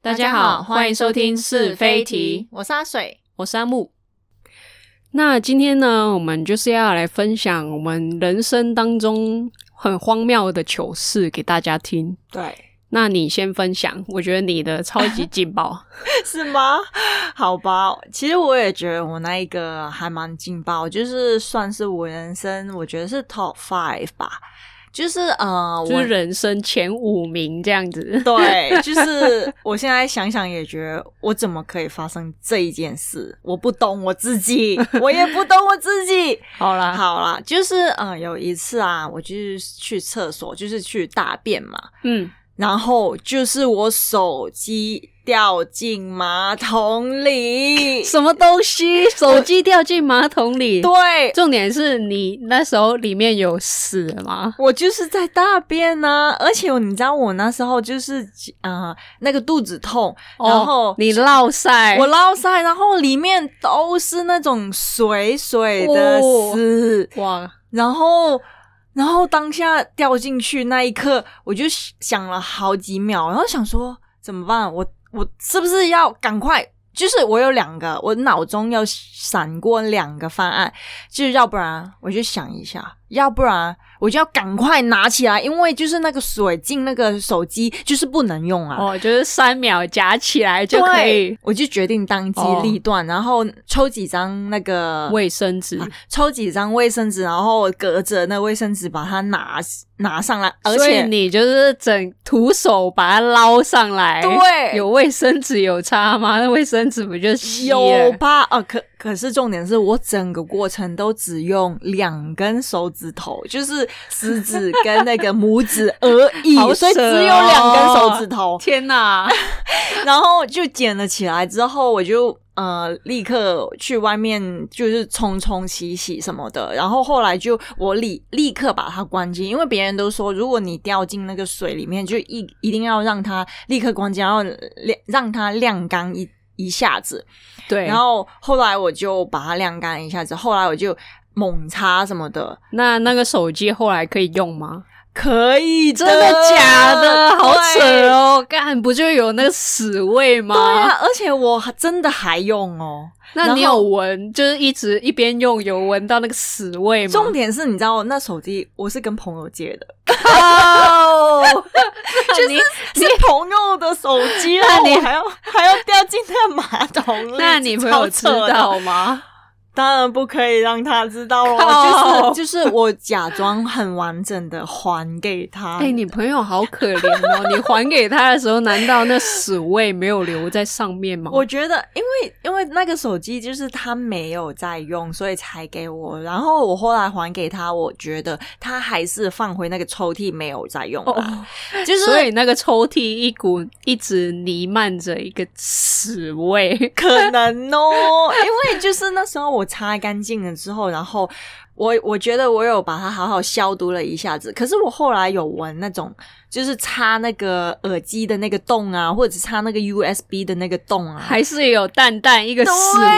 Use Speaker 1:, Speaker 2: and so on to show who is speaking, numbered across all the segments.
Speaker 1: 大家好，欢迎收听是非题，
Speaker 2: 我是阿水。
Speaker 1: 我是阿木。
Speaker 3: 那今天呢，我们就是要来分享我们人生当中很荒谬的糗事给大家听。
Speaker 2: 对，
Speaker 3: 那你先分享，我觉得你的超级劲 爆。
Speaker 2: 是吗？ 好吧，其实我也觉得我那一个还蛮劲爆，就是算是我人生，我觉得是 top five 吧。就是呃，
Speaker 3: 就
Speaker 2: 我
Speaker 3: 是人生前五名这样子。
Speaker 2: 对，就是我现在想想也觉得，我怎么可以发生这一件事？我不懂我自 己，我也不懂我自己。
Speaker 3: 好啦，
Speaker 2: 好啦，就是呃，有一次啊，我就是去厕所，就是去大便嘛，
Speaker 3: 嗯，
Speaker 2: 然后就是我手机掉进马 桶里，
Speaker 3: 什么东 西？手机掉进马桶里。
Speaker 2: 对
Speaker 3: 重点是你那时候里面有屎吗？
Speaker 2: 我就是在大便呢、而且你知道我那时候就是呃那个肚子痛，然后
Speaker 3: 哦、你落晒，
Speaker 2: 我捞塞，然后里面都是那种水水的
Speaker 3: 哦
Speaker 2: 屎，
Speaker 3: 哇，
Speaker 2: 然后。然后当下掉进去那一刻，我就想了好几秒，然后想说怎么办？我我是不是要赶快？就是我有两个，我脑中有闪过两个方案，就是要不然我就想一下，要不然我就要赶快拿起来，因为就是那个水进那个手机就是不能用啊。
Speaker 3: 哦，就是三秒夹起来就可以
Speaker 2: 对。我就决定当机立断，然后抽几张那个
Speaker 3: 卫生纸。
Speaker 2: 抽几张卫生纸，然后隔着那卫生纸把它拿拿上来，而
Speaker 3: 所以
Speaker 2: 且
Speaker 3: 你就是整徒手把它捞上来，
Speaker 2: 对
Speaker 3: 有卫生纸有擦吗？ 那卫生纸不就稀了
Speaker 2: 有吧？啊，可可是重点是我整个过程都只用两根手指头，就是食指跟那个拇指而已，
Speaker 3: 好
Speaker 2: 所以只
Speaker 3: 扯
Speaker 2: 有
Speaker 3: 哦
Speaker 2: 两根手指头。
Speaker 3: 天哪！
Speaker 2: 然后就捡了起来之后，我就呃立刻去外面就是冲冲洗洗什么的。然后后来就我立立刻把它关机，因为别人都说，如果你掉进那个水里面，就一一定要让它立刻关机，然后晾让它晾干一一下子。
Speaker 3: 对，
Speaker 2: 然后后来我就把它晾干一下子，后来我就猛擦什么的。
Speaker 3: 那那个手机后来可以用吗？
Speaker 2: 可以
Speaker 3: 真的假的？好扯
Speaker 2: 对
Speaker 3: 哦！干不就有那个屎味吗？
Speaker 2: 对啊，而且我还真的还用哦。
Speaker 3: 那你
Speaker 2: 然后
Speaker 3: 有闻，就是一直一边用，有闻到那个屎味哎吗？
Speaker 2: 重点是，你知道那手机我是跟朋友借的，
Speaker 3: 哦，就是
Speaker 2: 是朋友的手机，然后
Speaker 3: 那你
Speaker 2: 我还要还要掉进那马桶里，
Speaker 3: 那你朋友知
Speaker 2: 超扯的？
Speaker 3: 道吗？
Speaker 2: 当然不可以让他知道哦，
Speaker 3: 靠
Speaker 2: 就是就是我假装很完整的还给他。
Speaker 3: 哎、你朋友好可怜哦！你还给他的时候，难道那屎味没有留在上面吗？
Speaker 2: 我觉得，因为因为那个手机就是他没有在用，所以才给我。然后我后来还给他，我觉得他还是放回那个抽屉没有在用
Speaker 3: 哦
Speaker 2: 啦，就是
Speaker 3: 所以那个抽屉一股一直弥漫着一个屎 味。
Speaker 2: 可能哦， 因为就是那时候我擦干净了之后，然后我我觉得我有把它好好消毒了一下子，可是我后来有闻那种就是插那个耳机的那个洞啊，或者是插那个 USB 的那个洞啊，
Speaker 3: 还是有淡淡一个屎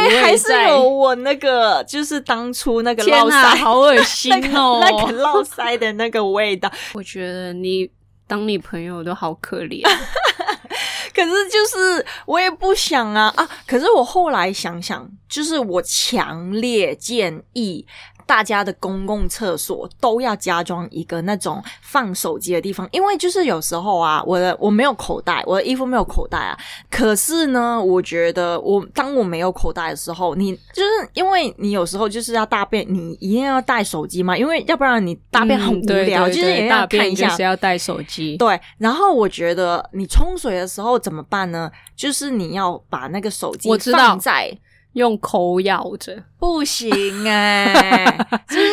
Speaker 2: 对，还
Speaker 3: 味
Speaker 2: 是
Speaker 3: 在，
Speaker 2: 有闻那个就是当 初那个
Speaker 3: 天
Speaker 2: 落
Speaker 3: 哪，
Speaker 2: 腮。
Speaker 3: 好恶心
Speaker 2: 那个
Speaker 3: 哦！
Speaker 2: 那个落腮的那个味道，
Speaker 3: 我觉得你当你朋友都好可 怜，
Speaker 2: 可是就是我也不想啊啊！可是我后来想想，就是我强烈建议大家的公共厕所都要加装一个那种放手机的地方，因为就是有时候啊，我的我没有口袋，我的衣服没有口袋啊。可是呢，我觉得我当我没有口袋的时候，你就是因为你有时候就是要大便，你一定要带手机嘛，因为要不然你大便很
Speaker 3: 嗯
Speaker 2: 无
Speaker 3: 对
Speaker 2: 聊，
Speaker 3: 对
Speaker 2: 就是
Speaker 3: 对
Speaker 2: 也要
Speaker 3: 大
Speaker 2: 看
Speaker 3: 便
Speaker 2: 一
Speaker 3: 就
Speaker 2: 下
Speaker 3: 是要带手机。
Speaker 2: 对，然后我觉得你冲水的时候怎么办呢？就是你要把那个手机
Speaker 3: 我知道
Speaker 2: 放在
Speaker 3: 用口咬着，
Speaker 2: 不行哎、 就是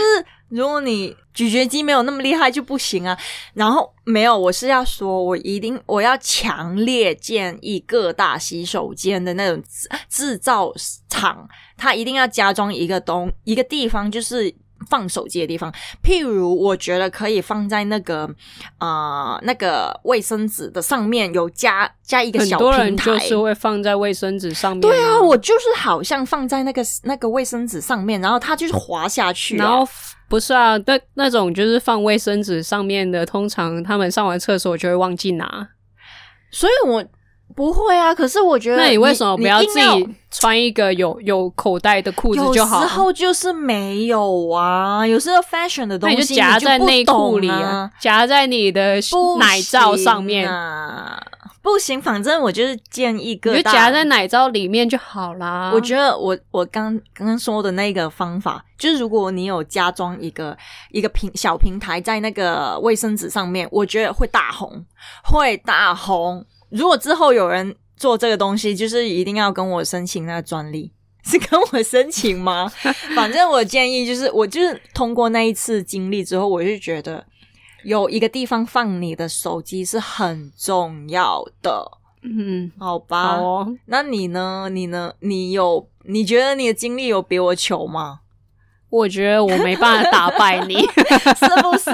Speaker 2: 如果你咀嚼肌没有那么厉害就不行啊。然后没有，我是要说，我一定我要强烈建议各大洗手间的那种制制造厂，它一定要加装一个东一个地方，就是。放手机的地方，譬如我觉得可以放在那个呃那个卫生纸的上面，有加加一个
Speaker 3: 很
Speaker 2: 小
Speaker 3: 多
Speaker 2: 平
Speaker 3: 人
Speaker 2: 台，
Speaker 3: 就是会放在卫生纸上面。
Speaker 2: 对啊，我就是好像放在那个那个卫生纸上面，然后它就是滑下去啊、
Speaker 3: 然后 f- 不是啊，那那种就是放卫生纸上面的，通常他们上完厕所就会忘记拿。
Speaker 2: 所以我不会啊，可是我觉得
Speaker 3: 那你为什么不要
Speaker 2: 硬
Speaker 3: 自己穿一个有有口袋的裤子
Speaker 2: 有
Speaker 3: 就好啊
Speaker 2: 时
Speaker 3: 了？
Speaker 2: 候就是没有啊，有时候 fashion 的东
Speaker 3: 那你
Speaker 2: 西
Speaker 3: 就夹在内裤里
Speaker 2: 你就不懂啊，，
Speaker 3: 夹在你的
Speaker 2: 不
Speaker 3: 奶罩上面
Speaker 2: 行，啊，不行。反正我就是建议各
Speaker 3: 你
Speaker 2: 大，
Speaker 3: 就夹在奶罩里面就好啦。
Speaker 2: 啊我觉得我我刚刚刚说的那个方法，就是如果你有加装一个一个平小平台在那个卫生纸上面，我觉得会大红，会大红。如果之后有人做这个东西，就是一定要跟我申请那个专利。是跟我申请吗？反正我建议就是，我就是通过那一次经历之后，我就觉得有一个地方放你的手机是很重要的，
Speaker 3: 嗯，
Speaker 2: 好吧？
Speaker 3: 好哦。
Speaker 2: 那你呢？你呢？你有？你觉得你的经历有比我糗吗？
Speaker 3: 我觉得我没办法打败你，
Speaker 2: 是不是？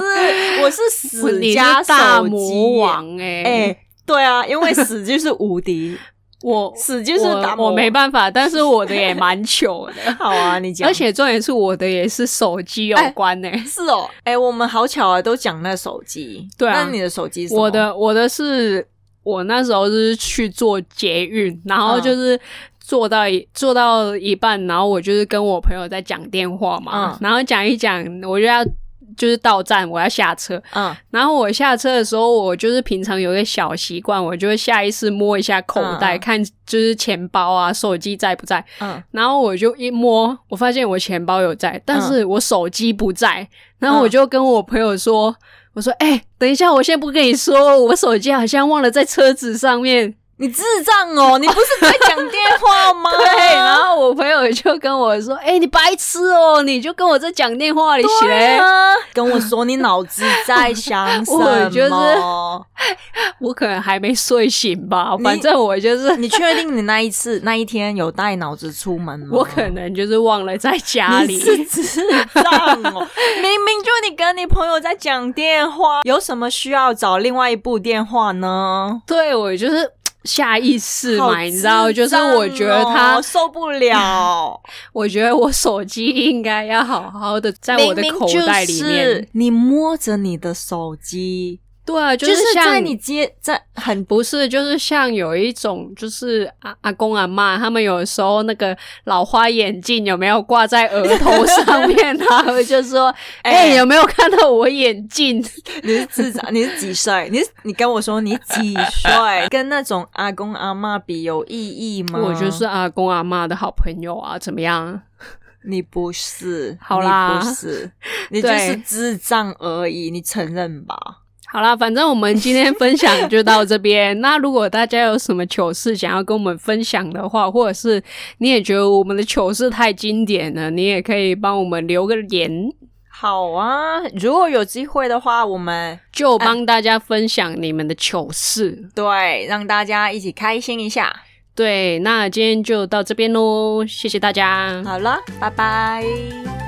Speaker 2: 我是
Speaker 3: 我
Speaker 2: 死
Speaker 3: 你是
Speaker 2: 加
Speaker 3: 大
Speaker 2: 手机
Speaker 3: 魔。王哎、
Speaker 2: 哎、对啊，因为死就是 无敌，
Speaker 3: 我
Speaker 2: 死就是打
Speaker 3: 我，我没办法，但是我的也蛮糗的，
Speaker 2: 法。好啊，你讲。哎
Speaker 3: 而且重点是我的也是手机有关欸呢、
Speaker 2: 是哦，哎、我们好巧啊，都讲那手机。
Speaker 3: 对啊
Speaker 2: 那你的手机是什么
Speaker 3: 我的我的是我那时候是去做捷运，然
Speaker 2: 嗯
Speaker 3: 后就是。坐到一坐到一半，然后我就是跟我朋友在讲电话嘛，
Speaker 2: 嗯
Speaker 3: 然后讲一讲，我就要就是到站，我要下车，
Speaker 2: 嗯
Speaker 3: 然后我下车的时候，我就是平常有一个小习惯，我就会下意识摸一下口袋，
Speaker 2: 嗯嗯
Speaker 3: 看就是钱包啊、手机在不在。
Speaker 2: 嗯，
Speaker 3: 然后我就一摸，我发现我钱包有在，但是
Speaker 2: 嗯
Speaker 3: 我手机不在。然后我就跟我朋友说：“我说，哎、等一下，我先不跟你说，我手机好像忘了在车子上面。
Speaker 2: 你智障哦，你不是在讲电话吗？
Speaker 3: 对，然后我朋友就跟我说：“哎、你白痴哦、你就跟我在讲电话里起
Speaker 2: 对
Speaker 3: 来。
Speaker 2: 啊，跟我说你脑子在想什 么？
Speaker 3: 我就是我可能还没睡醒吧，反正我就是
Speaker 2: 你确定你那一次那一天有带脑子出门吗？
Speaker 3: 我可能就是忘了在家
Speaker 2: 你
Speaker 3: 里。
Speaker 2: 是智障 哦！明明就你跟你朋友在讲电话，有什么需要找另外一部电话呢？
Speaker 3: 对我就是下意识
Speaker 2: 好
Speaker 3: 嘛，你知道，就
Speaker 2: 智
Speaker 3: 是
Speaker 2: 障
Speaker 3: 我觉得他
Speaker 2: 哦，受不了，
Speaker 3: 我觉得我手机应该要好好的 在我的口袋里
Speaker 2: 明明
Speaker 3: 面。
Speaker 2: 就是你摸着你的手机，
Speaker 3: 对啊，
Speaker 2: 就是在
Speaker 3: 像
Speaker 2: 你接在很
Speaker 3: 不是，就是像有一种，就是阿阿公阿嬷他们有时候那个老花眼镜有没有挂在额头上面， 然后就说：“哎、
Speaker 2: 哎
Speaker 3: 有没有看到我眼镜？”
Speaker 2: 你是智障，你是几岁？你是你跟我说你几 岁？跟那种阿公阿嬷比有意义吗？
Speaker 3: 我就是阿公阿嬷的好朋友啊，怎么样？
Speaker 2: 你不是，
Speaker 3: 好啦
Speaker 2: 你不 是，你就
Speaker 3: 对
Speaker 2: 是智障而已，你承认吧？
Speaker 3: 好啦，反正我们今天分享就到这边。那如果大家有什么糗事想要跟我们分享的话，或者是你也觉得我们的糗事太经典了，你也可以帮我们留个言，
Speaker 2: 好啊，如果有机会的话，我们
Speaker 3: 就帮大家分享你们的糗事。
Speaker 2: 对让大家一起开心一下。
Speaker 3: 对，那今天就到这边喽，谢谢大家，
Speaker 2: 好了，拜拜。